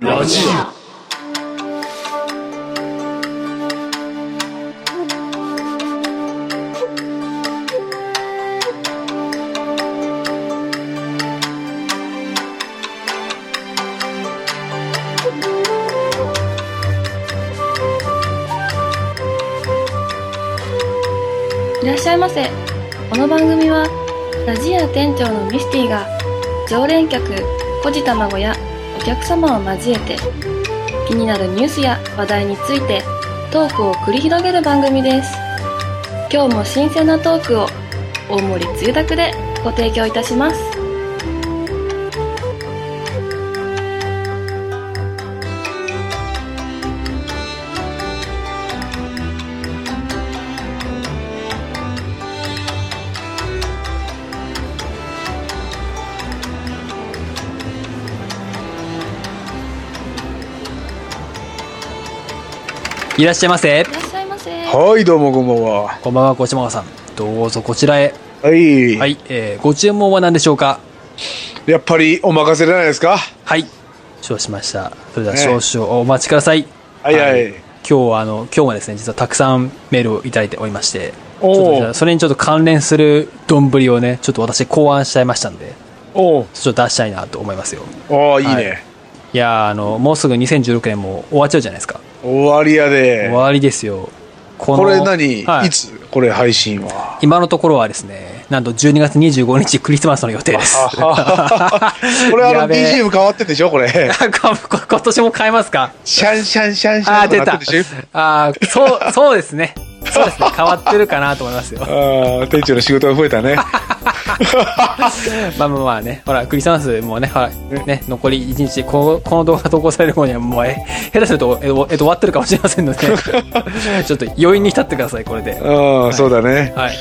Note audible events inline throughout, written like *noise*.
ラジいらっしゃいませこの番組はラジア店長のミスティが常連客コジ卵やお客様を交えて気になるニュースや話題についてトークを繰り広げる番組です今日も新鮮なトークを大盛りつゆだくでご提供いたしますいらっしゃいませい。らっしゃいませはい、どうもこんばんは。こんばんは、小島さん。どうぞこちらへ。はい。はい、えー、ご注文は何でしょうかやっぱりお任せじゃないですか。はい。承知しました。それではええ少々お待ちください。はいはい今日は、あの、今日はですね、実はたくさんメールをいただいておりまして、おーちょっとじゃあそれにちょっと関連する丼をね、ちょっと私考案しちゃいましたんで、おうちょっと出したいなと思いますよ。おあいいね、はいいやーあの、もうすぐ2016年も終わっちゃうじゃないですか。終わりやで終。わりですよ。ここれ何、はいい、つこれ配信は。今のところはですね、なんと12月25日クリスマスの予定 *laughs* です。これあやのべえ BGM 変わってんでしょこれ。あここ *laughs* 今年も変えますかシャンシャンシャンシあャあ、ンと出かなたってるでしょ。あーそう、そうですね。そうですね。変わってるかなと思いますよ。 *laughs* ああ、店長の仕事が増えたね。まあまあまあね。ほら、クリスマスもね、ほら、ね、残り1日、このこの動画投稿される頃にはもう、え、下手すると、えっと、えっと終わってるかもしれませ *laughs* んので、ちょっと余韻に浸ってください、これで。うん、そうだね。はい。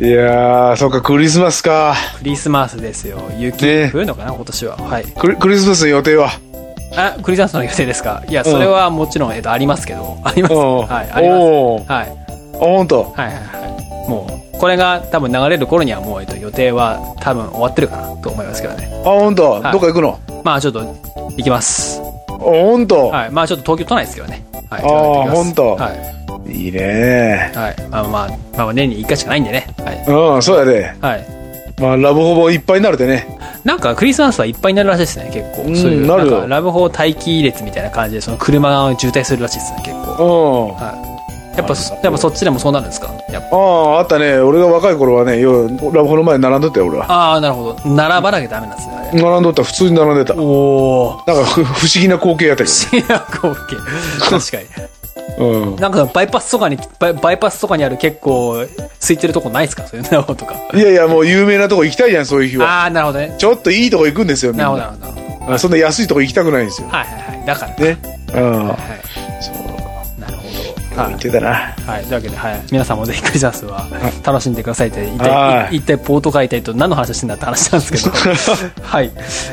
いやー、そっか、クリスマスか。クリスマスですよ。雪、ね降るのかな、今年は。はい。クリクリスマスの予定は。あ、クリスマスの予定ですかいや、それはもちろん、えっと、ありますけど。あります。うんはい、あります。おーはい。あ、ほんと。はいはいはい。もう、これが多分流れる頃にはもう、えっと、予定は多分終わってるかなと思いますけどあ、ね。ほんと。はいどっか行くのまあちょっと、行きます。あ、ほんと。はい。まあちょっと東京都内ですけどね。はい。あー行きますほんとはい。い、いねはい。まあまあ、まあまあ年に1回しかないんでね。はい。うん、そうやで。はい。まあ、ラブホボいっぱいになるでね。なんかクリスマスはいっぱいになるらしいですね、結構。うんそういう、なるよんかラブホ待機列みたいな感じで、その車が渋滞するらしいですね、結う構。ん。あはい。やっぱ、やっぱそっちでもそうなるんですかやっぱ。あ、あったね。俺が若い頃はね、ようラブホの前に並んどったよ、俺は。ああ、なるほど。並ばなきゃダメなんですね、あれ。並んどった、普通に並んでた。なんかおー。ふ、不思議な光景やったけ深夜光景。確かに。ど。うん。なんかバイパスとかにバイ、バイパスとかにある結構、空いてるとこないですかそういうのとか。いやいや、もう有名なとこ行きたいじゃん、そういう日は。ああ、なるほどね。ちょっといいとこ行くんですよ、みんなるな。ほど、なるほど。うんそんな安いとこ行きたくないんですよ。はいはいはい。だから。ね。うん。はいはい。そう。なるほど。は言ってたな。い。はい。というわけで、はい。皆さんもぜひクリスマスは楽しんでくださいって、一は体、い一体ポート書いたいと何の話をしてんだって話なんですけど。 *laughs* はい。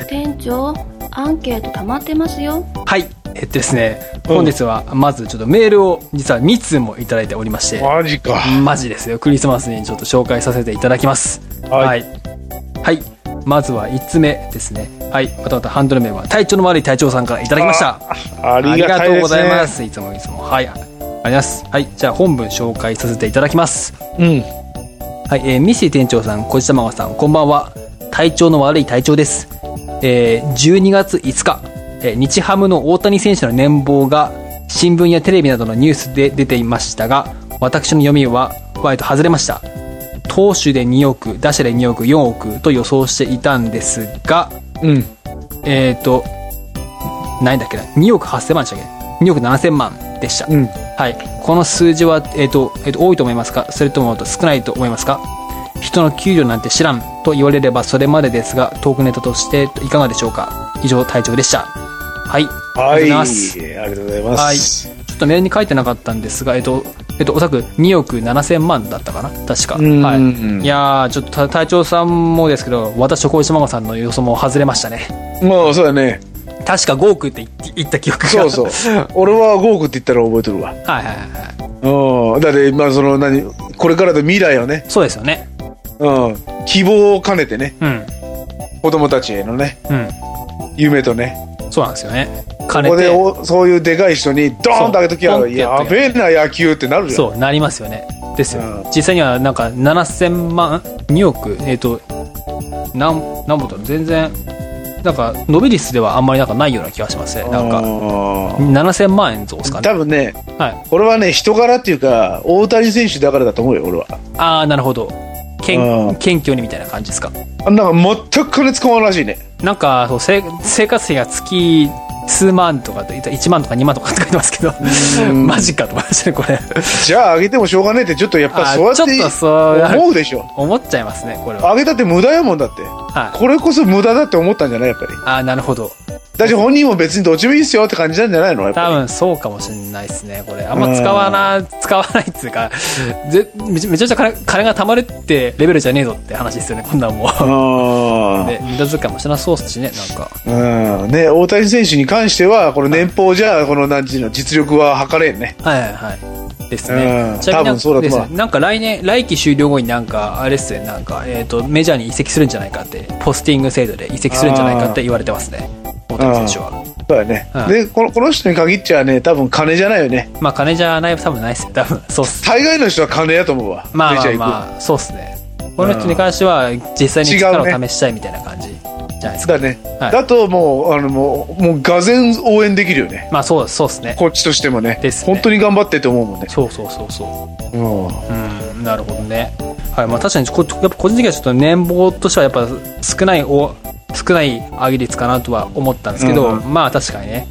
店長アンケート溜まってますよはい。えっとですね、本日は、まずちょっとメールを、実は2通もいただいておりまして。マジか。マジですよ。クリスマスにちょっと紹介させていただきます。ははいい。はい。まずは5つ目ですね。はい。またまたハンドル名は体調の悪い隊長さんからいただきました。ありがたいです、ね。ありがとうございま。す。いつもいつも。はい。ありがとうございます。はい。じゃあ本文紹介させていただきます。うん。はい、えー、ミシー店長さん、小地玉さん、こんばんは。体調の悪い体調です。えー、12月5日、えー日ハムの大谷選手の年俸が、新聞やテレビなどのニュースで出ていましたが、私の読みは、ワイと外れました。投手で2億、打者で2億、4億と予想していたんですが、うん。えっ、ー、と、何だっけな、2億8000万でしたっけ ?2 億7000万でした。うん。はい、この数字は、えっとえっと多いと思いますかそれとも少ないと思いますか人の給料なんて知らんと言われればそれまでですがトークネタとしていかがでしょうか以上隊長でしたはいはありい。があとうございますりがとうございます。ちょっとメールに書いてなかったんですがえっとえっとおそらく2億7000万だったかな確かんはいいやーちょっとた隊長さんもですけど私と小石ママさんの予想も外れましたねもうそうだね。確か5億って言って言った記憶が。そうそう俺は5億って言ったら覚えてるわ。 *laughs* はいはいはいはういん。だって、まあその何、これからの未来をね、そうですよねうん。希望を兼ねてね、うん子供たちへのね、うん夢とね、そうなんですよね。兼ねここでて、おそういうでかい人にドーンと上げときそうゃポンってやっやとけべえな野球ってなるじゃんそう、なりますよね。ですよ。う実際には、なんか、7000万、2億、えっ、と、なん、なんぼだろう全然、なんか、伸び率ではあんまりなんかないような気がしますね。なんか、あー7000万円増ですかね。多分ねはい。これはね人柄っていうか大谷選手だからだと思うよ俺はあー、なるほど。けうんん謙虚にみたいな感じですか。なんか全く金使わんらしいねなんか、そう、せ生活費が月、数万とかって、1万とか2万とかって書いてますけど、んマジかと思いましたね、これ。じゃあ上げてもしょうがねえってちょっとやっぱあそうやっちょっとそうやてる思うでしょ思っちゃいますね、これは。上げたって無駄やもんだってはい。これこそ無駄だって思ったんじゃないやっぱりあー、なるほど。だし本人も別にどっちもいいっすよって感じなんじゃないのやっぱ多り分そうかもしれないですね、これ。あんま使わな、使わないっていうか、ぜめちゃめちゃくちゃ金金が貯まるってレベルじゃねえぞって話ですよね、こんなん *laughs* もう。あで、無駄遣いもしなそうっすしね、なんか。ーうんね大谷選手に関してはこの年俸じゃこの何ていうの実力は測れんねはいはいはい。ですうねん。ちなみにな多ん分そうだと思うですねなんか来年、来季終了後になんか、あれっすよね、なんか、えっ、と、メジャーに移籍するんじゃないかって、ポスティング制度で移籍するんじゃないかって言われてますね、大谷選手は。そうやねうんでこのこの人に限っちゃね多分金じゃないよねまあ、金じゃない、多分ないっすね、多分。そうっす。大概の人は金やと思うわまあまあメジャー行くまあ、そうっすね。この人に関しては、実際に力違うをね試したいみたいな感じじゃないですか。だね、はいだともうあのもうもうがぜ応援できるよねまあ、そう、そうっすね。こっちとしてもねですね本当に頑張ってと思うもんねそうそうそうそう。ううん、なるほどね。はい、まあ確かにこ、やっぱ個人的にはちょっと年俸としてはやっぱ少ないお、少ない上げ率かなとは思ったんですけど、うまあ確かにね、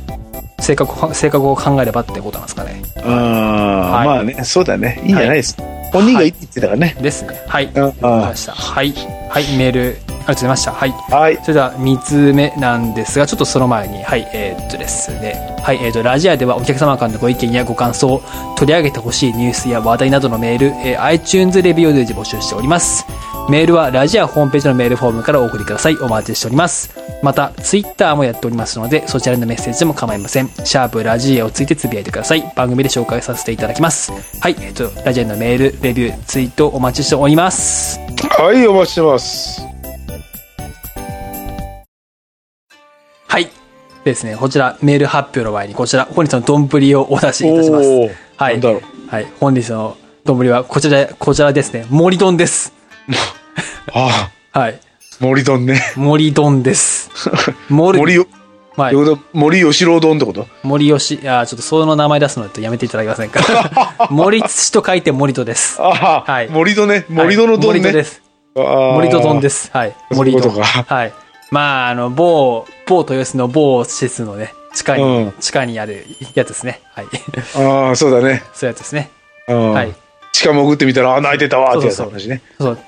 性格を、性格を考えればってことなんですかね。ん、まあねそうだねいいんじゃないです、本人がいいって言ってたからねですね。はい。うんわかりました。はい。はい、メール、ありがとうございました。はい。はいそれでは3つ目なんですがちょっとその前にはいえーっとですねはいえーっとラジアではお客様からのご意見やご感想取り上げてほしいニュースや話題などのメール、えー iTunes レビューを随時募集しておりますメールはラジアホームページのメールフォームからお送りくださいお待ちしておりますまた Twitter もやっておりますのでそちらのメッセージでも構いませんシャープラジアをついてつぶやいてください番組で紹介させていただきますはいえーっとラジアのメールレビューツイートお待ちしておりますはいお待ちしてますはい。ですね、こちら、メール発表の前に、こちら、本日の丼をお出しいたします。おーは。ないんだろうはい。本日の丼は、こちら、こちらですね。森丼です。ああはい。森丼ね森 *laughs* 丼です。森森よ、はい。よ森吉郎丼ってこと森吉、あーちょっとその名前出すのとやめていただけませ *laughs* んか。森土と書いて森戸です。あはあ、はい森戸ねい森戸の丼ね、森戸です。森森戸丼ですす。はい。そう森いうこ戸。とかはい。まあ、あの、某、某豊洲の某施設のね、地下に、うん地下にあるやつですね。はい。 *laughs* ああそうだね、そういうやつですね。うんはい地下潜ってみたらあ泣いてたわーってやつそうのそう話そねそう、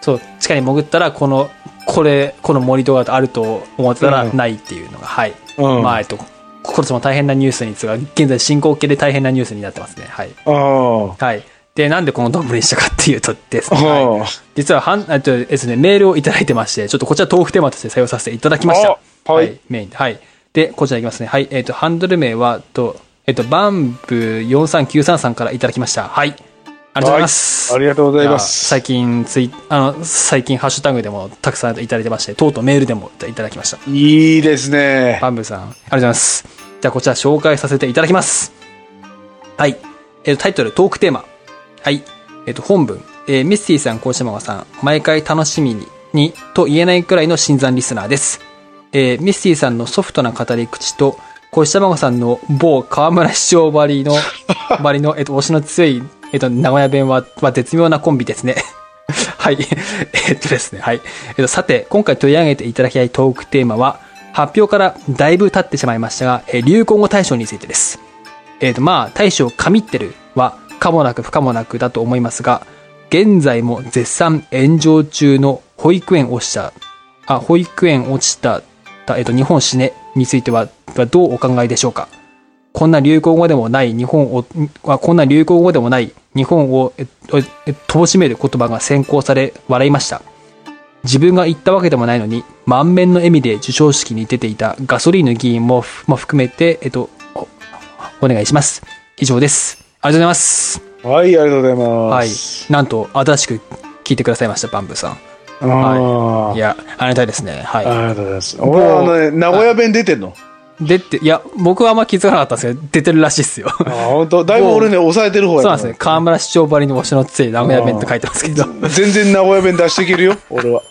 そう、地下に潜ったら、この、これ、この森戸があると思ってたらうんないっていうのが、はい。うんまあ、えっと、これも大変なニュースにつが、現在進行形で大変なニュースになってますね。はい。あはい。で、なんでこの丼にしたかっていうとですあ、ね、はいああ実ははん、えっとですね、メールをいただいてまして、ちょっとこちらトークテーマとして採用させていただきました。あはいメインで。はい。で、こちらいきますね。はい。えっ、と、ハンドル名は、と、えっ、と、バンブ4393さんからいただきました。はい。ありがとうございます。はいありがとうございますや最近ツイ、あの、最近ハッシュタグでもたくさんいただいてまして、とうとうメールでもいただきました。いいですねバンブーさん、ありがとうございます。じゃあ、こちら紹介させていただきます。はい。えっ、と、タイトル、トークテーマ。はい。えっ、と、本文。えーミスティさん、コウシママさん、毎回楽しみに、に、と言えないくらいの新参リスナーです。えーミスティさんのソフトな語り口と、小石マさんの某河村市長ばり *laughs* の、ばりの、えっ、と、推しの強い、えっ、と、名古屋弁は、は絶妙なコンビですね。 *laughs* はい。えっとですね、はい。えっと、さて、今回取り上げていただきたいトークテーマは、発表からだいぶ経ってしまいましたが、えー流行語大賞についてです。えっ、と、まあ、大賞神ってるは、かもなく不可もなくだと思いますが、現在も絶賛炎上中の保育園落ちた、あ、保育園落ちた、たえっ、と、日本死ねについては、はどうお考えでしょうかこんな流行語でもない日本を、あこんな流行語でもない日本を、えっと、えとしめる言葉が先行され、笑いました。自分が言ったわけでもないのに、満面の笑みで授賞式に出ていたガソリンの議員も、ふも含めて、えっと、おお願いします。以上です。ありがとうございます。はいありがとうございはまいす。なんと、新しく聞いてくださいました、バンブーさはいん。いや、ありがたいですね。はい。ありがとうございます。俺はあのね、名古屋弁出てんの。出て、いや、僕はあんま気づかなかったんですけど、出てるらしいっすよ。あ本当だいぶ俺ね、抑えてる方そやうなんですね。河村市長ばりの推しの強い名古屋弁って書いてますけど。全然名古屋弁出していけるよ、俺は。 *laughs*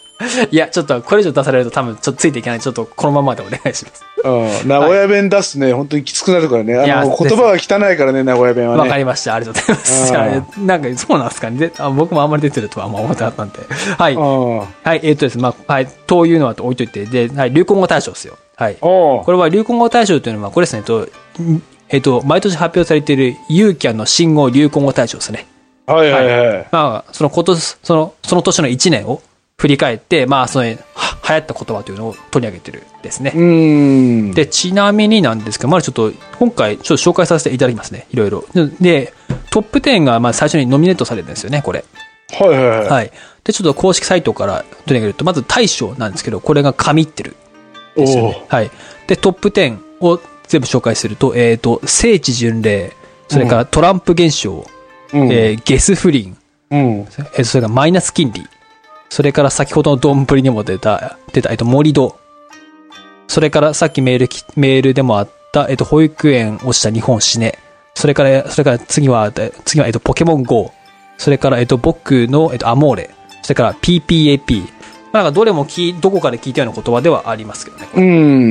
いや、ちょっとこれ以上出されると多分ちょっとついていけないんでちょっとこのままでお願いします。うん、名古屋弁出すとね、本当にきつくなるからね。いやあの、です言葉が汚いからね、名古屋弁はわ、かね。りました。ありがとうございます。うん *laughs* いやなんか、そうなんですかね。であ僕もあんまり出てるとはあんま思ってなかったんで。はい。はあい、えっ、とですね、まあ、はい、というのは置いといて、で、はい、流行語大賞ですよ。はい。あ。こおうれは流行語大賞というのは、これですね、えっと、んえっと、毎年発表されているユーキャンの新語流行語大賞ですね。はいはいはい。まあ、その今年、その、その年の1年を振り返って、まあ、その、は流行った言葉というのを取り上げてるですねう。ーん。で、ちなみになんですけど、まだちょっと、今回、ちょっと紹介させていただきますね。いろいろ。で、トップ10が、まあ、最初にノミネートされるんですよね、これ。はいはいはい。はい。で、ちょっと公式サイトから取り上げると、まず大賞なんですけど、これが神ってる。おですよおね。はい。で、トップ10を全部紹介すると、えっ、と、聖地巡礼、それからトランプ現象、う。うん。えーゲス不倫、うん。えーそれからマイナス金利、それから先ほどの丼にも出た、出た、えっと、盛り土、それからさっきメールき、メールでもあった、えっと、保育園落ちた日本死ね、それから、それから次は、え次は、えっと、ポケモン GO、それから、えっと、僕の、えっと、アモーレ、それから PPAP、まあ、なんかどれもき、どこかで聞いたような言葉ではありますけどね。う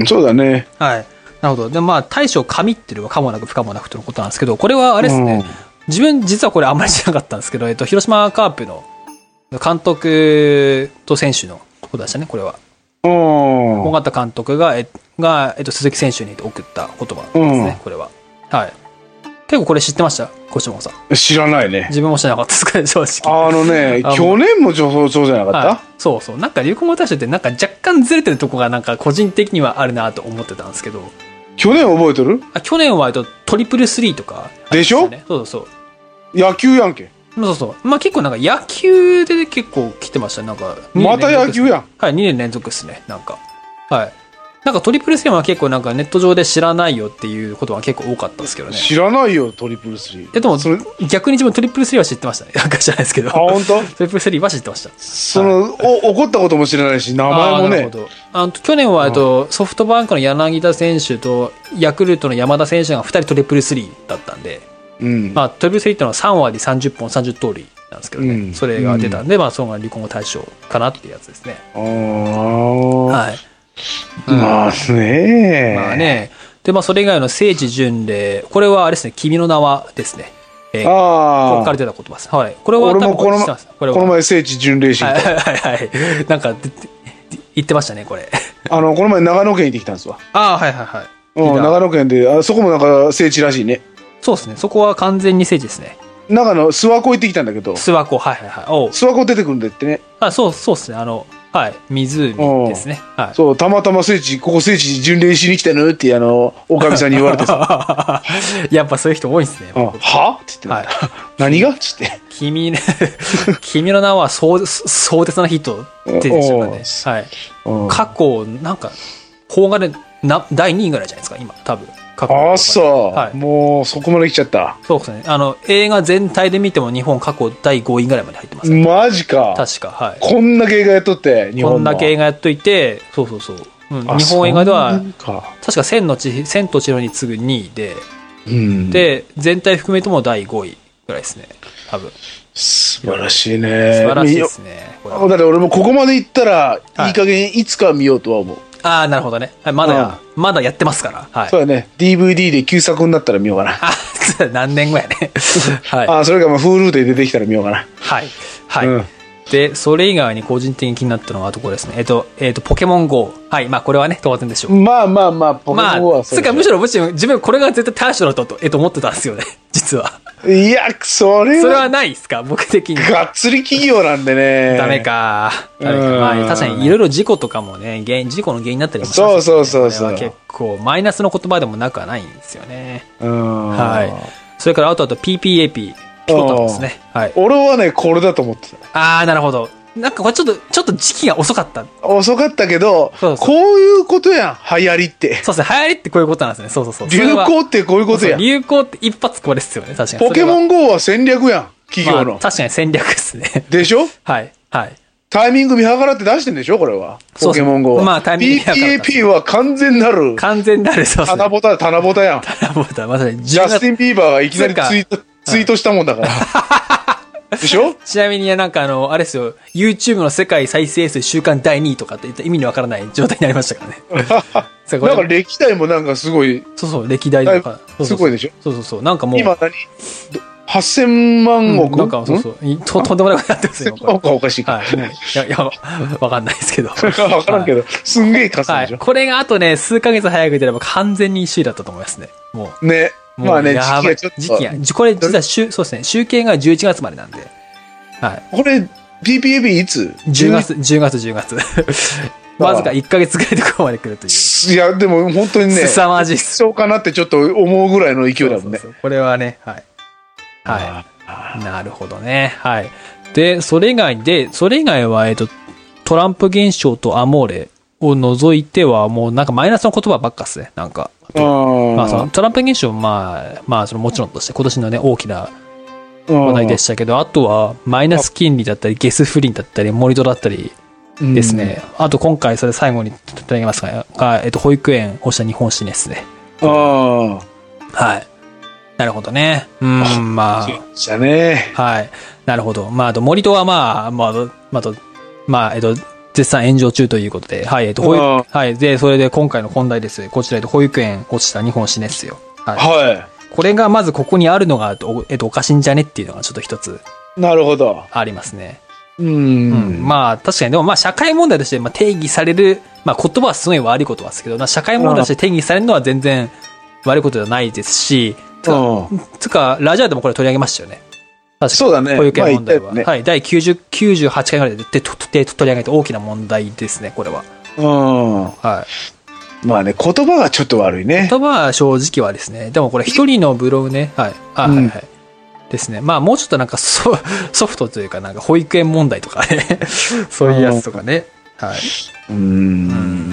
ん、そうだね。はい。なるほど。で、まあ、大将神ってるは可もなく不可もなくとのことなんですけど、これはあれですね、自分実はこれあんまり知らなかったんですけど、えっと、広島カープの監督と選手のことでしたね、これは。うん。尾うん。形監督が、えが、えっと、鈴木選手に送った言葉ですね、これは。はい。結構これ知ってました小島さん。知らないね。自分も知らなかったですから、正直。あのね、あ去年もそうそうじゃなかはいっ、そうそう。なんか流行語大賞ってなんか若干ずれてるとこがなんか個人的にはあるなと思ってたんですけど、た去年覚えとるあ去年はえっとトリプルスリーとかありまたね、そうそうそう。野球やんけ。まあそうそう。まあ結構なんか野球で結構来てましたね。なんか。また野球やん。はい、2年連続ですね。なんか。はい。なんかトリプルスリーは結構なんかネット上で知らないよっていうことは結構多かったですけどね。知らないよ、トリプルスリー。えでもそれ、逆に自分トリプルスリーは知ってましたね。なん *laughs* か知らないですけど。あ、本当？ *laughs* トリプルスリーは知ってました。その、お、怒ったことも知らないし、名前もあーなるねほ。どあの去年は、えっと、ソフトバンクの柳田選手とヤクルトの山田選手が2人トリプルスリーだったんで、うん。まあ、トリプルスリーってのは3割30本30盗塁なんですけどね、うんそれが出たんで、まあ、そのが離婚後対象かなっていうやつですね。あーはい。まあねまあね。で、まあ、それ以外の聖地巡礼、これはあれですね、君の名はですね。えー、こあこあから出た言葉です。はい。これは俺もこの知ってますこれこのは。前聖地巡礼しに行はっいた、はいはい。なんか、でで言ってましたね、これ。あのこの前長野県行ってきたんですわ、ああ、はいはいはい。うんいいな長野県であそこもなんか聖地らしいねそうですね。そこは完全に聖地ですね。長野諏訪湖行ってきたんだけど諏諏訪湖、はいはいはい。おう訪湖出てくるんだってねあ、そう、そうですね。あの、はい。湖ですね。はい。そうたまたま聖地ここ聖地巡礼しに来たのってあのおかみさんに言われ *laughs* てさやっぱそういう人多いんですね。うんはって言って、はい。何がっつって君ね、 *laughs* 君の名は壮壮絶なヒットってでしたかね。はい。うん過去、なんか、邦画でな第2位ぐらいじゃないですか、今、多分。過去ああそう、はいもうそこまで来ちゃったそうですね。あの、映画全体で見ても日本過去第5位ぐらいまで入ってますね。マジか確か、はい。こんだけ映画やっとって日こん本のだけ映画やっといて、そうそうそう。うん、あ日本映画でそはん、なか確か千の千、千と千尋に次ぐ2位で、うん、で、全体含めても第5位ぐらいですね。多分。素晴らしいね素晴らしいですね。これはだから俺もここまで行ったら、はいいい加減いつか見ようとは思う。ああ、なるほどね。はいまだ、まだやってますから。はいそう。だね。DVD で旧作になったら見ようかな。あ、 *laughs* 何年 *laughs* 後やね。はい。ああ、それかまあ Hulu で出てきたら見ようかな。はい。はい。うんで、それ以外に個人的に気になったのは、あとこれですね。えっと、えっと、ポケモン GO。はい。まあ、これはね、当然でしょう。まあまあまあ、ポケまモン GO あ、はつうか、むしろ、むしろ、自分これが絶対対象だと、とえっと、思ってたんですよね。実は。いや、それそれはは、ないですか僕的に。がっつり企業なんでね。ダメ。か。ダメかうんまあ、確かに、いろいろ事故とかもね、原因、事故の原因になったりもしますそうそうそうそうこれは結構、マイナスの言葉でもなくはないんですよね。うん。はい。それから、あと、あと、PPAP。ピコタンですね。はい。俺はね、これだと思ってた。あー、なるほど。なんか、これちょっと、ちょっと時期が遅かった。遅かったけど、そうそうこういうことやん、流行りって。そうですね。流行りってこういうことなんですね。そうそうそう。流行ってこういうこそとれやはん。流行って一発これですよね。確かに。ポケモンン GO は戦略やん、企業の。確かに戦略ですね。でしょはい。はい。タイミング見計らって出してんでしょこれは。そうポそケうモン GO は。まあタイミング見計らって PPAP は完全なる。完全なる、そうですタナね。ボタ、タナボタやん。タナボタ、まさにジ10ャステ月。ィン・ビーバーがいきなりツイート、ツイートしたもんだから。 *laughs* でしょちなみになんかあの、あれですよ、YouTube の世界再生数週間第2位とかって言った意味のわからない状態になりましたから *laughs* ね。そうこなんかれ歴代もなんかすごい、そうそう、歴代とかだい。そうそうそうすごいでしょそうそうそう。なんかもう、今何 ?8000 万うん億なんかそうそう、ととんでもなくなっ *laughs* てますよ、おこかおかしいれ。か。はい。もういや、いや、わかんな *laughs* いですけど。わからんけど、すんげえ稼いはでしい。ょ。これがあとね、数ヶ月早く出れば完全に首位だったと思いますね。もう。ね。もうまあね、時や期ばいがちょっと。時期が。じこれ実は週、そうですね、集計が11月までなんで。はい。これ、PPAP いつ10。月、10月、10月。 *laughs* わずか1ヶ月ぐらいでここまで来るという。いや、でも本当にね、凄まじいっす。そうかなってちょっと思うぐらいの勢いだもんねそう。そうそうこれはね、はい。あはい。なるほどね。はい。で、それ以外で、それ以外は、えっと、トランプ現象とアモーレを除いては、もうなんかマイナスの言葉ばっかっすね。なんか。あーまあ、そのトランプ現象、まあ、まあ、そのもちろんとして、今年のね、大きな話題でしたけど、あとは、マイナス金利だったり、ゲス不倫だったり、盛り土だったりうんですね。あと、今回、それ最後に取り上げますが、がえっと、保育園をした日本史ですね。あーはい。なるほどね。うん、まあ、じゃあね。はい。なるほど。まあ、あと、森戸はまあ、まあ、まあ、とまあ、えっと、絶賛炎上中ということで、はい、えっと、保うん育、はい。で、それで今回の本題です。こちらで保育園落ちた日本史ですよ。はい。はこれがまずここにあるのが、おえっと、おかしいんじゃねっていうのがちょっと一つい。なるほど。ありますね。ううん。ん。まあ、確かに、でもまあ、社会問題として、まあ、定義される、まあ、言葉はすごい悪いことはですけど、な社会問題として定義されるのは全然悪いことではないですし、つかうんつか、ラジオでもこれ取り上げましたよね。確かそうだね。保育園問題は。まあ言っはい。第90 98回ぐらいででとで取り上げて大きな問題ですね、これは。たよねはい。うん。まあね、言葉がちょっと悪いね。言葉は正直はですね、でもこれ一人のブログね、はい。あ、うんはいはい。ですね。まあもうちょっとなんかソソフトというかなんか保育園問題とかね、 *laughs* そういうやつとかね。はい。うーん。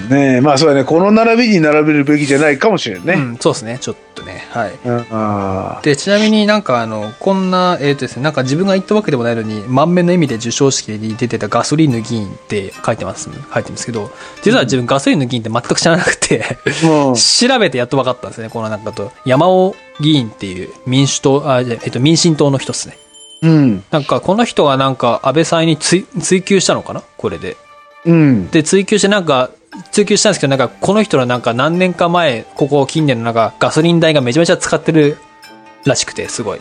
ねえまあそうだね。この並びに並べるべきじゃないかもしれんうね。ん、そうですね、ちょっとね。はい。うんあで、ちなみになんかあの、こんな、えっ、とですね、なんか自分が言ったわけでもないのに、満面の意味で授賞式に出てたガソリンの議員って書いてます、書いてるんですけど、実は自分ガソリンの議員って全く知らなくて、ーうん調べてやっと分かったんですね、このなんかと、山尾議員っていう民主党、あ、じゃえっ、と、民進党の人ですね。うん。なんかこの人がなんか安倍さんに追追及したのかなこれで。うん。で、追及してなんか、追及したんですけど、なんか、この人のなんか何年か前、ここ近年のなんか、ガソリン代がめちゃめちゃ使ってるらしくて、すごい。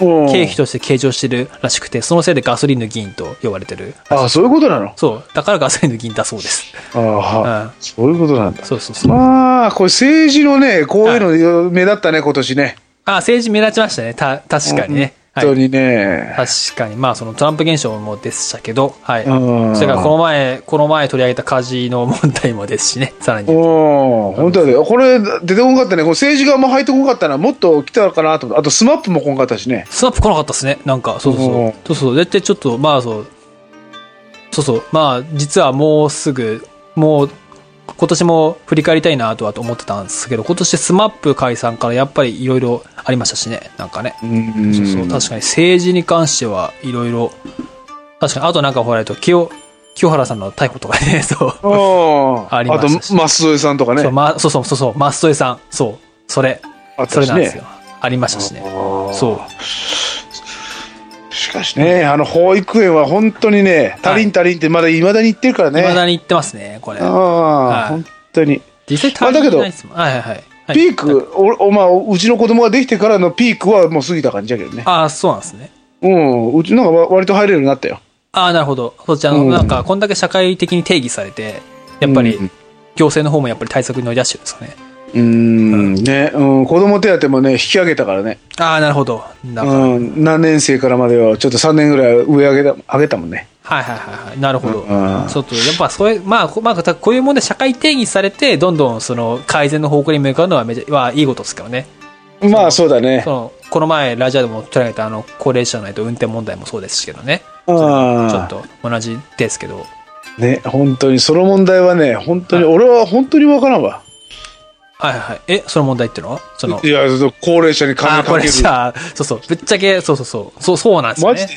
経経費として計上してるらしくて、そのせいでガソリンの議員と呼ばれてる。ああ、そういうことなのそう。だからガソリンの議員だそうです。ああ、うはん。そういうことなんだ。そうそうそう。まあ、これ政治のね、こういうの目立ったね、今年ね。あ、政治目立ちましたね。た、確かにね。は本当い。にね。確かに。まあ、そのトランプ現象もでしたけど、はい。うんそれからこの前、この前取り上げたカジの問題もですしね。さらに。おー本当だよ。これ、出てこんかったね。こう政治があんま入ってこんかったな。もっと来たかなと思って。あと、スマップもこんかったしね。スナップ来なかったですね。なんか、そうそううそんう。そうそう。だってちょっと、まあそう。そうそう。まあ、実はもうすぐ、もう、今年も振り返りたいなとはと思ってたんですけど、今年スマップ解散からやっぱりいろいろありましたしね。なんかね。うんそうそう。確かに政治に関してはいろいろ。確かに、あとなんかほら、えっと、清、清原さんの逮捕とかね、 *laughs* そう。ああありまあとしたし、舛添さんとかねそう、。ま、そうそうそうそう、マストエさん。そう。それ。あっそたれしなんですねよ。。ありましたしね。そう。しかしね、あの、保育園は本当にね、足りん足りんってまだ未だに言ってるからね。未だに言ってますね、これ。あはいあ、本当に。実際まあ大だけ変じどゃないですもん。はいはいはいはい。ピーク、おおまあ、うちの子供ができてからのピークはもう過ぎた感じだけどね。ああ、そうなんですね。うん、うちなんかわ割と入れるようになったよ。ああ、なるほど。そっちあの、うんなんか、こんだけ社会的に定義されて、やっぱりうん、行政の方もやっぱり対策に乗り出してるんですかね。うーん、ね、うん、子供手当もね、引き上げたからね。ああ、なるほど。なるほど。うん、何年生からまでは、ちょっと3年ぐらい上上げた、上げたもんね。はいはいはいはい。なるほど。うんちょっと、やっぱそういう、まあ、こまあ、こういうもんで社会定義されて、どんどんその改善の方向に向かうのはめちゃ、はいいことですけどね。まあ、そうだねそ。の、この前、ラジオでも取り上げたあの、高齢者のえっと運転問題もそうですけどね。うちょっん。と同じですけど。ね、本当に、その問題はね、本当に、俺は本当にわからんわ。はいはいはい。え、その問題っていうのはそのい、や、その高齢者にあ金あー、かこけれる。さ、そうそう、ぶっちゃけ、そうそうそう、そうそうなんですよマね。ジで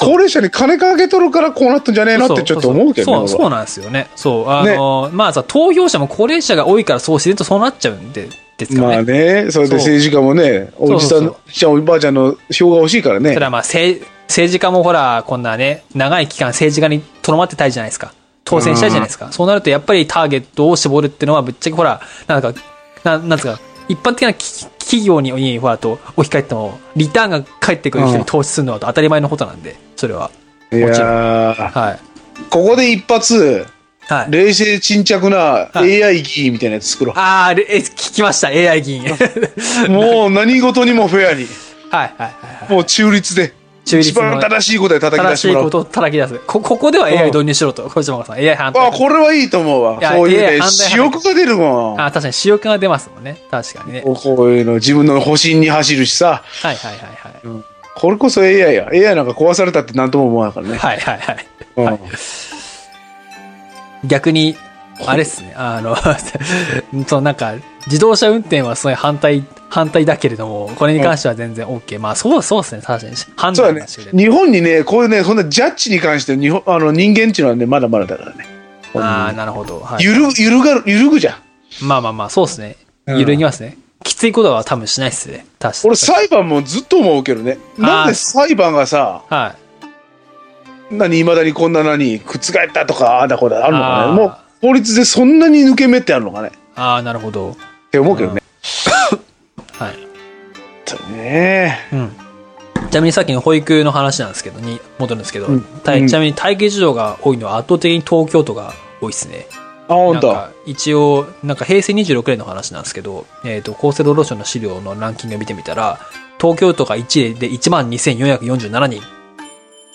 高齢者に金かけとるからこうなったんじゃねえなってちょっと思うけどねそうそう俺そうはなんですよね。そう。あの、まあさ、投票者も高齢者が多いからそう自然とそうなっちゃうんで、ですからね。まあね、それで政治家もね、うおじさん、おじちゃん、おばあちゃんの票が欲しいからねそれ。はまあ、政政治家もほら、こんなね、長い期間政治家にとどまってたいじゃないですか。当選したいじゃないですか。そうなるとやっぱりターゲットを絞るっていうのは、ぶっちゃけほら、なんか、ななんつうか、一般的なき企業に、にほら、と置き換えても、リターンが返ってくる人に投資するのは当たり前のことなんで、それは。いもちろんやーはい。ここで一発、はい。冷静沈着なはい AI 議員みたいなやつ作ろ。ああ、え、聞きました、AI 議員。はい *laughs* うもう何事にもフェアに、はいはいはい。もう中立で、中一立の番正しい答え叩き正出ししていもらこう。とを叩き出す。こ、ここでは AI 導入しろと、小島さん。AI 反対あ、。これはいいと思うわ。いやこういうね AI 反、対私欲が出るもん。あ、確かに主力が出ますもんね。確かにね。こういうの、自分の保身に走るしさ、はいはいはいはい。これこそ AI や。AI なんか壊されたって何とも思わないからね。はいはいはい。うんはい逆に、あれっすね。あの、 *laughs* そうなんか、自動車運転はすごい反対、反対だけれども、これに関しては全然 OK。まあ、そうそうですね。確かに。判そう断だねの話で。。日本にね、こういうね、そんなジャッジに関して日本あの人間っていうのはね、まだまだだからね。ああ、なるほど。はい。ゆる、ゆるがる、ゆるぐじゃん。まあまあまあ、そうですね。うん揺るぎますね。きついことは多分しないっすね。確かに俺。裁判もずっと思うけどね。なんで裁判がさ、はい。何、未だにこんな何、覆ったとか、ああだこうだ、あるのかあーね。もう、法律でそんなに抜け目ってあるのかね。っああ、なるほど。て思うけどね。はい。ねうん。ちなみにさっきの保育の話なんですけど、に戻るんですけど、うんたうんちなみに体型児童が多いのは圧倒的に東京都が多いですね。あ、ほんと。なんか一応、なんか平成26年の話なんですけど、えっ、と、厚生労働省の資料のランキングを見てみたら、東京都が1位で12,447人。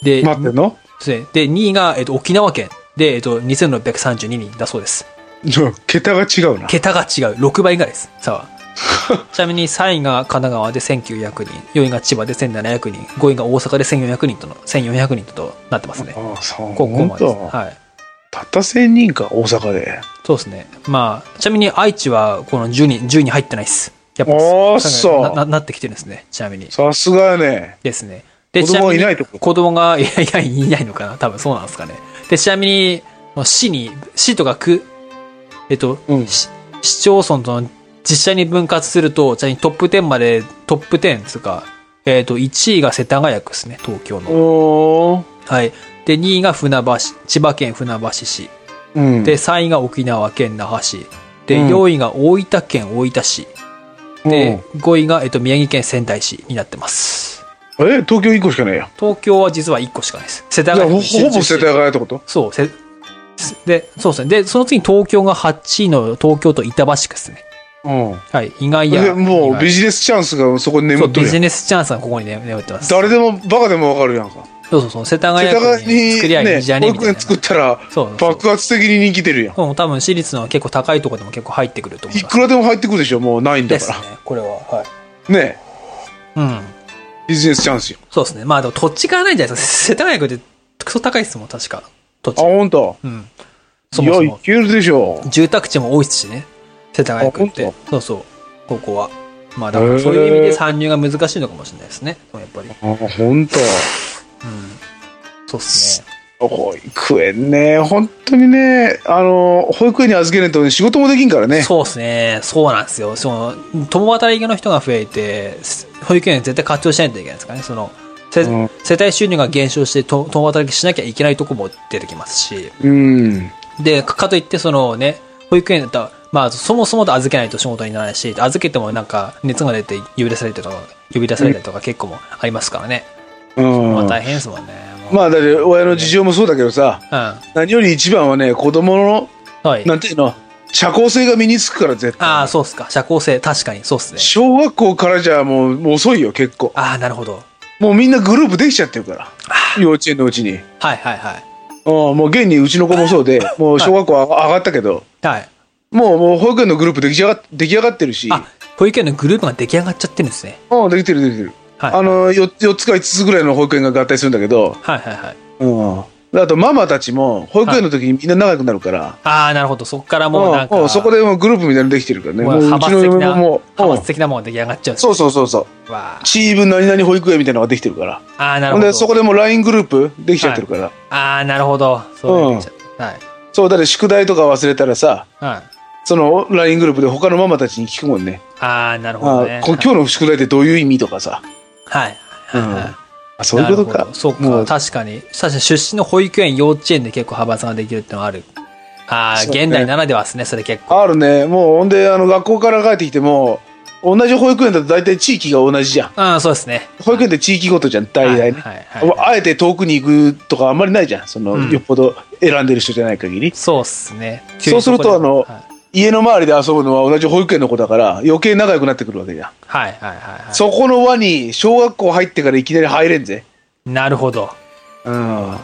で、待ってんのそうですねで、2位が、えっと沖縄県で、えっと2,632人だそうです。じゃあ桁が違うな。桁が違う。6倍ぐらいです。 *laughs* さあ。ちなみに3位が神奈川で1900人、4位が千葉で1700人、5位が大阪で1400人との、1400人となってますね。ああ、そう。ここほまんでです。と。はい。たった1000人か、大阪で。そうですね。まあ、ちなみに愛知はこの10人、10人入ってないです。やっぱ、おーそうなそうななってきてるんですね。ちなみに。さすがやね。ですね。で、子供はいないちみとにこ子供が、 *laughs* いやいや、いないのかな多分そうなんですかね。で、ちなみに、もう市に、市とか区、えっと、うんし市町村との実際に分割すると、ちなみにトップ10まで、トップ10つうか、えっと、1位が世田谷区ですね、東京の。おー。はい。で、2位が船橋、千葉県船橋市。うんで、、3位が沖縄県那覇市。で、うん4位が大分県大分市。で、5位が、えっと、宮城県仙台市になってます。うん、え、東京1個しかないや。東京は実は1個しかないです。世田じゃあ谷ほ区ぼに集中して世田谷ってことそう、せ、で、そうですね。で、その次に東京が8位の東京都板橋区ですね。うん。はい。意外でや。もうビジジネスチャンスがそこにネス眠っとビるやジんネスチャンスがここにね眠ってます。誰でもバカでもわかるやんかそうそうそう。世田世田谷谷区にに作りゃいいねじゃ保ねみ育たい園な。作ったらそうそう爆発的に人気出るやんもう多分私立の結構高いところでも結構入ってくると思いいます。くらでも入ってくるでしょもうないんだですねか。これは。はい。らねうん。ビジネスチャンスよそうですね。まあでも土地がないんじゃないですか。世田谷区ってクソ高いですもん、確か。土あ地。本当。うん。そいもそやいも。けるでしょ住宅地も多いですしね世田谷区ってあそうそうここはまあだからそういう意味で参入が難しいのかもしれないですねやっぱりあ本当。そうっすね保育園ね本当にねあの保育園に預けないとね仕事もできんからねそうですねそうなんですよその共働きの人が増えて保育園絶対活用しないといけないですからねそのせうん世帯収入が減少してと共働きしなきゃいけないとこも出てきますしうんで、かかといって、そのね、保育園だったら、まあ、そもそもと預けないと仕事にならないし、預けてもなんか、熱が出て呼び出されたりとか、呼び出されたりとか結構もありますからね。うんまあ、大変ですもんね。もうまあだって親の事情もそうだけどさ何より一番はね子供のうん。はい。なんていうの社交性が身につくから絶対ああ、そうっすか。社交性、確かに、そうっすね。小学校からじゃもうもう遅いよ結構ああ、なるほど。もうみんなグループできちゃってるからあ幼稚園のうちにはいはいはい。あもう現にうちの子もそう *laughs* でもう小学校上がったけどはい。もうもう保育園のグループでき上が出来上がってるしあ、保育園のグループが出来上がっちゃってるんですね。うんできてるできてるはい。あの 4, つか5つぐらいの保育園が合体するんだけど、はいはいはい。うん、あとママたちも保育園の時にみんな仲良くなるから、ああ、なるほど。そっからもうなんうんうか、んそこでもうグループみたいなのできてるからね。ももうう派うちの閥的嫁もな、も派う、うん閥的なものが出来上がっちゃうんですそねうそうそうそう。わあチーム何々保育園みたいなのができてるから。あー、なほるほんど。で、そこでもう LINE グループできちゃってるから。ああ、なるほど。そういうことじゃはい。そう、だって宿題とか忘れたらさ、はい。その LINE グループで他のママたちに聞くもんね。ああ、なるほあどあね。こ今日の宿題ってどういう意味とかさ。はい。うんあそういうことなるかほ。どそうもか。確かに。確かに出身の保育園、幼稚園で結構派閥ができるってのはある。ああ、そうね現代ならではですね、それ結構。あるね。もう、ほんで、あの、学校から帰ってきても、同じ保育園だと大体地域が同じじゃん。うん、そうですね。保育園って地域ごとじゃん、大体ね。はいはいはいあえて遠くに行くとかあんまりないじゃん。その、うんよっぽど選んでる人じゃない限り。そうですね。そうすると急にここであ家の周りで遊ぶのは同じ保育園の子だから余計仲良くなってくるわけじゃん、はいはいはいはいはい。そこの輪に小学校入ってからいきなり入れんぜなるほど。うん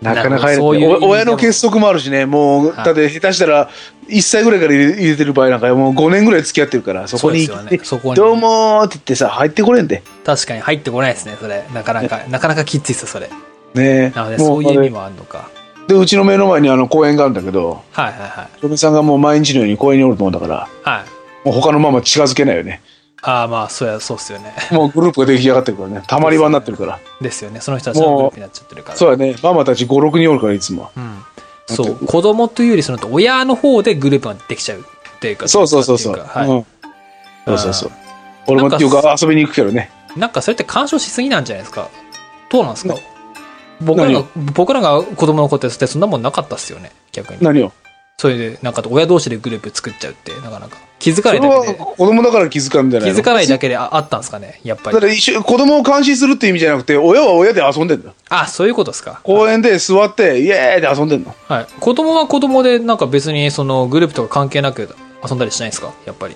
なかなか入れんそういう意味でおも親の結束もあるしねもうはいだって下手したら1歳ぐらいから入れ入れてる場合なんかもう5年ぐらい付き合ってるからそこにそうですよね行ってそこにどうも」って言ってさ入ってこれんで確かに入ってこないですね、それ。なか *laughs* なか、なかなかきついっすよ、それ。ねなので、もそういう意味もあるのか。でうちの目の前にあの公園があるんだけどはいはいはい。嫁さんがもう毎日のように公園におると思うんだからはい。もう他のママ近づけないよねああ、まあ、そうや、そうっすよね。 *laughs* もうグループが出来上がってるからねたまり場になってるからですよね。その人たちのグループになっちゃってるから。そうやね。ママたち5、6人おるから、いつも。うん。そう。子供というより、その、親の方でグループができちゃうっていうか。そうそうそうそう。っていかはいうんそうそうそう。俺なもんかよく遊びに行くけどね。なんかそれって干渉しすぎなんじゃないですかどうなんですか僕ら何がを、僕らが子供の頃ってそんなもんなかったっすよね、逆に。何をそれで、なんか親同士でグループ作っちゃうって、なかなか。気づかそないれだはけで、子供だから気づかんじゃない気のづかないだけでああったんですかね、やっぱだからり。一緒子供を監視するって意味じゃなくて、親は親で遊んでんだよ。あ、そういうことですか。公園で座って、イエーイで遊んでんの。はい。子供は子供で、なんか別にそのグループとか関係なく遊んだりしないんですかやっぱり。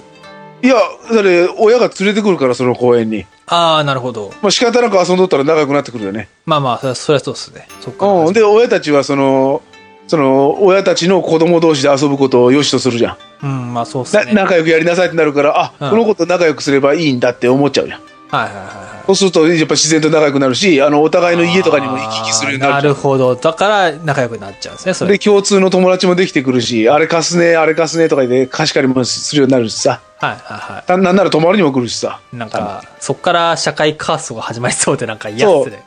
いや、だって親が連れてくるから、その公園に。ああ、なるほど。まあ仕方なく遊んどったら仲良くなってくるよね。まあまあ、そりゃそりゃそうっすね。そっか。うん。で、親たちはその、その、親たちの子供同士で遊ぶことを良しとするじゃん。うん、まあそうっすなね。はい仲良くやりなさいってなるから、うんあ、この子と仲良くすればいいんだって思っちゃうじゃん。はいはいはい。そうすると、やっぱ自然と仲良くなるし、あの、お互いの家とかにも行き来するようになあるーじゃんほど。だから仲良くなっちゃうんですね、それで、。共通の友達もできてくるし、あれ貸すね、あれ貸すねとか言って貸し借りもするようになるしさ、はいはいはななんなら泊まりにも来るしさ、い。なんか、そっから社会カーストが始まりそうでなんか嫌っすね。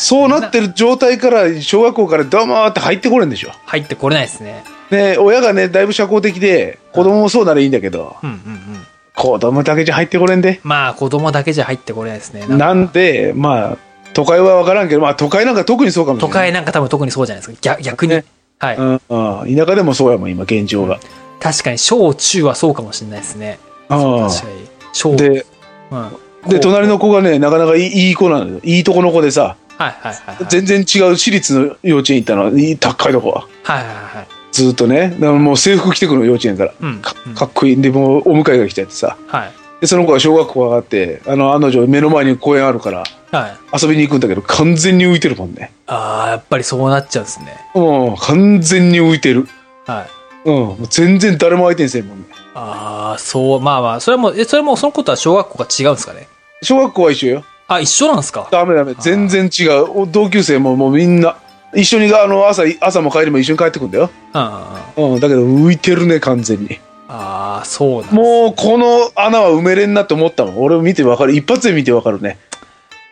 そうなってる状態から、小学校からどうもーって入ってこれんでしょ。入ってこれないですね。ね、親がね、だいぶ社交的で、子供もそうならいいんだけど、うんうんうん。子供だけじゃ入ってこれんで。まあ子供だけじゃ入ってこれないですね。なんかなんで、まあ、都会は分からんけど、まあ都会なんか特にそうかもし都れない。会なんか多分特にそうじゃないですか。逆逆にね。はい。うん、うん、田舎でもそうやもん、今、現状が。確かに小中はそうかもしれないですね。あ確かに。小あ。で、うん。こで、う隣の子がね、なかなかいいいい子なのよ。いいとこの子でさ、はいはいはいはい。全然違う私立の幼稚園行ったの、いい高いとこは。はいはいはい。ずっとね、だからもう制服着てくるの、幼稚園から。うんかうんかっこいい。で、もうお迎えが来ちゃってさ。はい。で、その子が小学校上がって、あの、案の定目の前に公園あるから、はい。遊びに行くんだけど、完全に浮いてるもんね。ああ、やっぱりそうなっちゃうんですね。うん、完全に浮いてる。はい。うん、もう全然誰も相手にせんもんね。ああ、そう、まあまあ、それはもう、え、それはもうそのことは小学校が違うんですかね。小学校は一緒よ。あ、一緒なんですかダメダメ。全然違う。お同級生ももうみんな、一緒に、あの、朝、朝も帰りも一緒に帰ってくんだよ。うんうんうん。あうん、だけど浮いてるね、完全に。あー、そうなんう、もうこの穴は埋めれんなと思ったもん。俺見てわかる。一発で見てわかるね。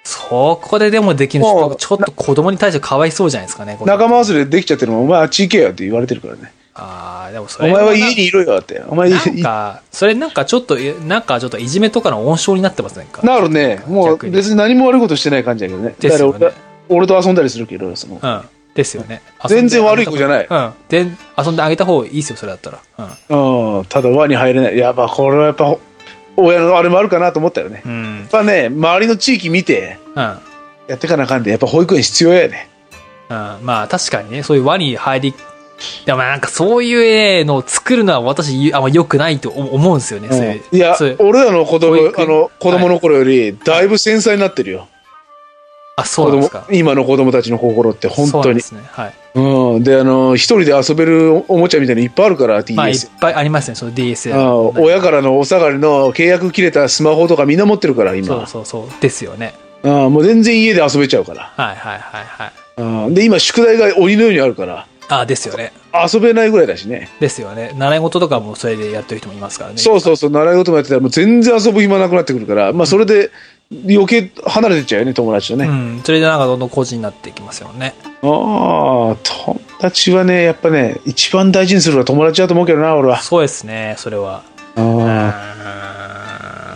そこででもできるものうちょっと子供に対してかわいそうじゃないですかね。これ仲間忘れできちゃってるもん。お前あっち行けよって言われてるからね。ああ、でもそおれ前はな家にいろよって。お前、なんか、それなんかちょっと、えなんかちょっといじめとかの温床になってませんかなるね。もう逆に別に何も悪いことしてない感じだけどね。ですよねだから俺俺と遊んだりするけど、その。うん。ですよね。全然悪い子じゃないうん。で、遊んであげた方がいいですよ、それだったら。うん。うん。ただ輪に入れない。やっぱこれはやっぱ、親のあれもあるかなと思ったよね。うやっん。ぱね、周りの地域見て、うん。やってかなあかんで、やっぱ保育園必要やね。うん、まあ確かにね、そういう輪に入り、でもなんかそういうのを作るのは私、あんま良くないと思思うんですよね、そういう。いやそういう、俺らの子供保、育あ園の、子供の頃より、だいぶ繊細になってるよ。あ、そうなんですか子。供今の子供たちの心って本そう当なんでにすね。はい。う、ん、であの一人で遊べるおおもちゃみたいのいっぱいあるからまあいっ TS、ぱいありますね、その DS ああ、親からのお下がりの契約切れたスマホとかみんな持ってるからそう今そうそう。ですよね。ああもう全然家で遊べちゃうからはいはいはいはい。うんで、今、宿題が鬼のようにあるから、ああ、ですよね。遊べないぐらいだしね。ですよね。習い事とかもそれでやってる人もいますからね。そうそうそう、習い事もやってたら、もう全然遊ぶ暇なくなってくるから、まあ、それで余計離れてっちゃうよね、友達とうね。ん。それでなんかどんどん個人になっていきますよね。ああ、友達はね、やっぱね、一番大事にするのは友達だと思うけどな、俺は。そうですね、それは。あうー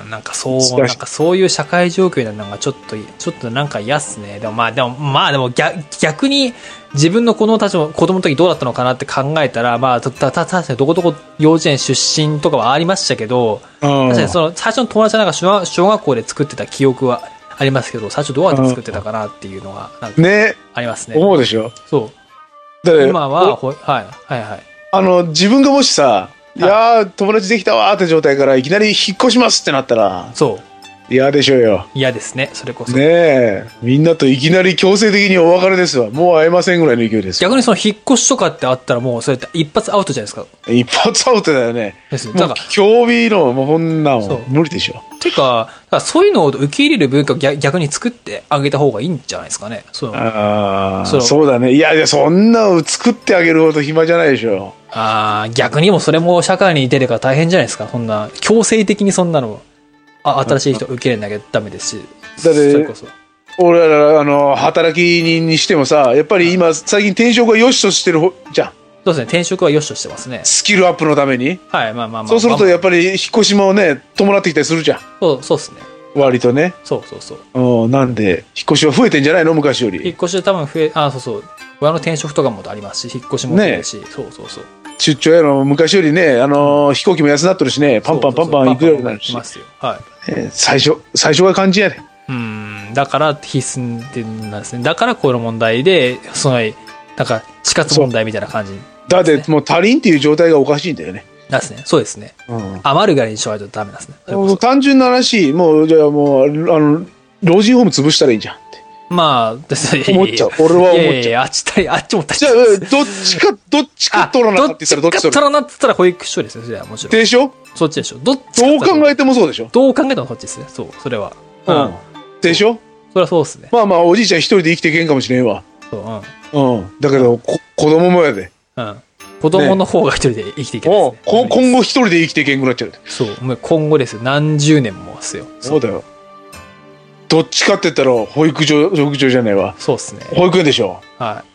んなんかそう難し、いなんかそういう社会状況になるのがちょっと、ちょっとなんか嫌っすね。でもまあ、でも、まあでも逆逆に自分の子供たちも、子供の時どうだったのかなって考えたら、まあ、た、た、た確かにどこどこ幼稚園出身とかはありましたけど、あ。うん確かにその最初の友達はなんか小学小学校で作ってた記憶はありますけど、最初どうやって作ってたかなっていうのが、なんかね、ありますね。思うでしょ。そだってう。今は、ほはい、はい、はい。あの自分がもしさ、い、やー友達できたわーって状態からいきなり引っ越しますってなったらそう。嫌でしょうよ嫌ですね、それこそ。ねえみんなといきなり強制的にお別れですわもう会えませんぐらいの勢いです逆にその引っ越しとかってあったらもうそれって一発アウトじゃないですか。一発アウトだよねですね。もだうから、興味のもうこんなそもうん無理でしょていうか、だからそういうのを受け入れる文化を逆逆に作ってあげた方がいいんじゃないですかね。そう。あああそそううだねいやいやそんなの作ってあげるほど暇じゃないでしょあー、逆にもそれも社会に出てから大変じゃないですか。そんな、強制的にそんなの、あ、新しい人受け入れなきゃダメですし。だってそれこそ。俺らあの働き人にしてもさやっぱり今最近転職が良しとしてるほじゃんそうですね。転職は良しとしてますね。スキルアップのためにはい、まあまあまあ。そうするとまあやっぱり引っ越しもね伴ってきたりするじゃんそう、そうですね。割とね。そうそうそう。うん、なんで、引っ越しは増えてんじゃないの昔よ引っり。越しで多分増え、あ、そうそう。親の転職とかもありますし、引っ越しも増えるし、そうそうそう。出張やの、昔よりね、あのー飛行機も安なってるしね、パンパンパンパン行くようになるし行き。ますよ。はい。えー最初、最初が肝心やね。うん、だから必須ってなんですね。だからこの問題で、その、なんか、死活問題みたいな感じだって、もう足りんっていう状態がおかしいんだよね。なんですね。そうですね。うん。余るぐらいにしないとダメなんですね。それこそ単純な話、もう、じゃあもう、あの、老人ホーム潰したらいいじゃんって。まあ、ですね。思っちゃういやいや俺は思っちゃういやいやあっちたり、あっちもたり。じゃあ、うんどっちか、どっちか取らなかどっっ言ったてちらどっかち取取るらなかったら保育所ですよ。それはもちろん。でしょそっちでしょ。どっちどう考ええてもそうでしょどう考えてもそっちですね。そう、それは。ううんん。でしょそれはそうですね。まあまあ、おじいちゃん一人で生きていけんかもしれんわ。そう、うん。うん。だけど、こ子供もやで。うん。子供の方が一人で生きていけないもうですねこ今後一人で生きていけんくなっちゃうそう、もう今後ですよ。何十年もですよ。そうだよどっちかって言ったら保育所保育所じゃないわそうですね。保育園でしょはい。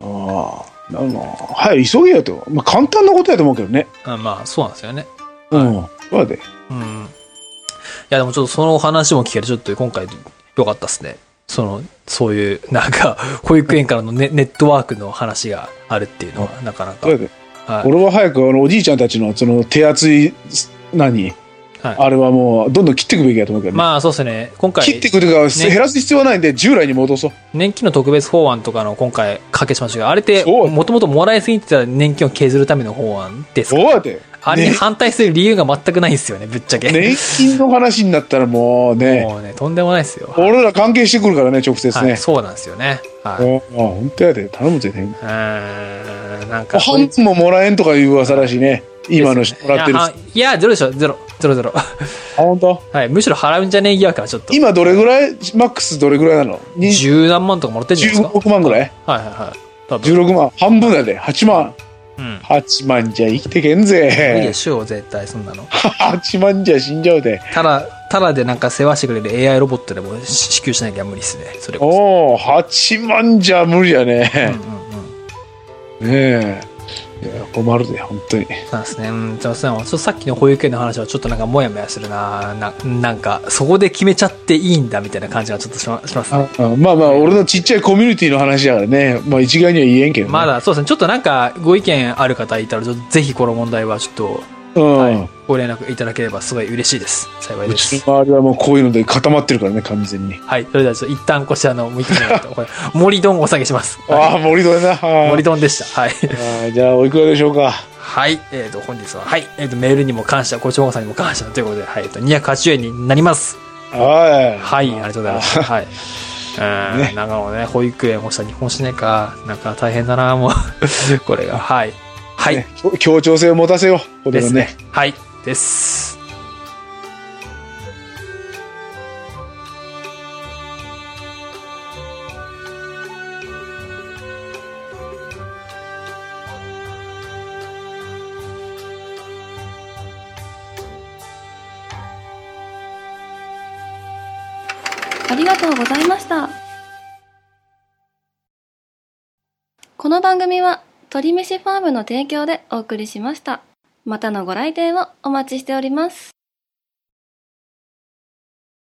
ああなんかはい急げよと、まあ、簡単なことやと思うけどねあまあ、そうなんですよね。うんそうやでうん。いや、でもちょっとそのお話も聞ける、ちょっと今回良かったですね。その、そういう、なんか、 *laughs* 保育園からのネネットワークの話があるっていうのは、なかなか。そうやではい。俺は早くあのおじいちゃんたちのその手厚いす何はい、あれはもうどんどん切っていくべきやと思うけどね、まあ、そうですね。今回、切っていくというか、減らす必要はないんで従来に戻そう年金の特別法案とかの今回、かけしましたが、あれって、そうもともともらいすぎてた年金を削るための法案ですそかうやであれにね反対する理由が全くないんですよね、ぶっちゃけ。年金の話になったらもうねもうね、とんでもないですよ。俺ら関係してくるからね直接はね、い、そうなんですよね。はい。おあ本当やで頼むぜねうーんなんか、半分ももらえんとかいう噂らしいね今の人もらってるいや人は、いや、ゼロでしょ、ゼロ、ゼロゼロ。 *laughs* あ本当はい、むしろ払うんじゃねえ疑惑はちょっと。今どれぐらいマックスどれぐらいなのに十何万とかもらってんじゃないですか。 16万ぐらいはいはいはい。多分。 16万半分だで8万うん。 8万じゃ生きてけんいい *laughs* でぜしょう、絶対、そんなの。 8万じゃ死んじゃうでただ、ただでなんか世話してくれる AI ロボットでもし支給しなきゃ無理っすね。それこおお8万じゃ無理やそ。うねん、うんうん。ねえいや困るで本当にそうなんですね。うん、すいません。ちょっとさっきの保育園の話はちょっとなんかモヤモヤするなななんか、そこで決めちゃっていいんだみたいな感じがちょっとしましますね。ああまあまあ俺のちっちゃいコミュニティの話だからねまあ一概には言えんけどねまだ、そうですね。ちょっとなんか、ご意見ある方いたら、ちょっとぜひこの問題はちょっと、うん、はい、ご連絡いただければすごい嬉しいです。幸いうでちのす。周りはもうこういうので固まってるからね完全にはい、それではちょっと一旦こちらの向いてみないと、これ、 *laughs* 森丼をお下げ *laughs* します。ああ、森戸だな。森丼でした。はい。 *laughs* あーじゃあ、おいくらでしょうか。はい、えっ、と、本日は、はい、えっ、と、メールにも感謝、ごちもさんにも感謝ということで、はい、えっ、と、280円になります。はい。はい、ありがとうご *laughs* ざいます。はい。うーねん、なんかもうね、保育園、保した日本しねえか、なんか大変だな、もう、 *laughs* これが、はい。はい、ね協調性を持たせよう。これではすねね。。はい、です。ありがとうございました。この番組は鳥飯ファームの提供でお送りしました。またのご来店をお待ちしております。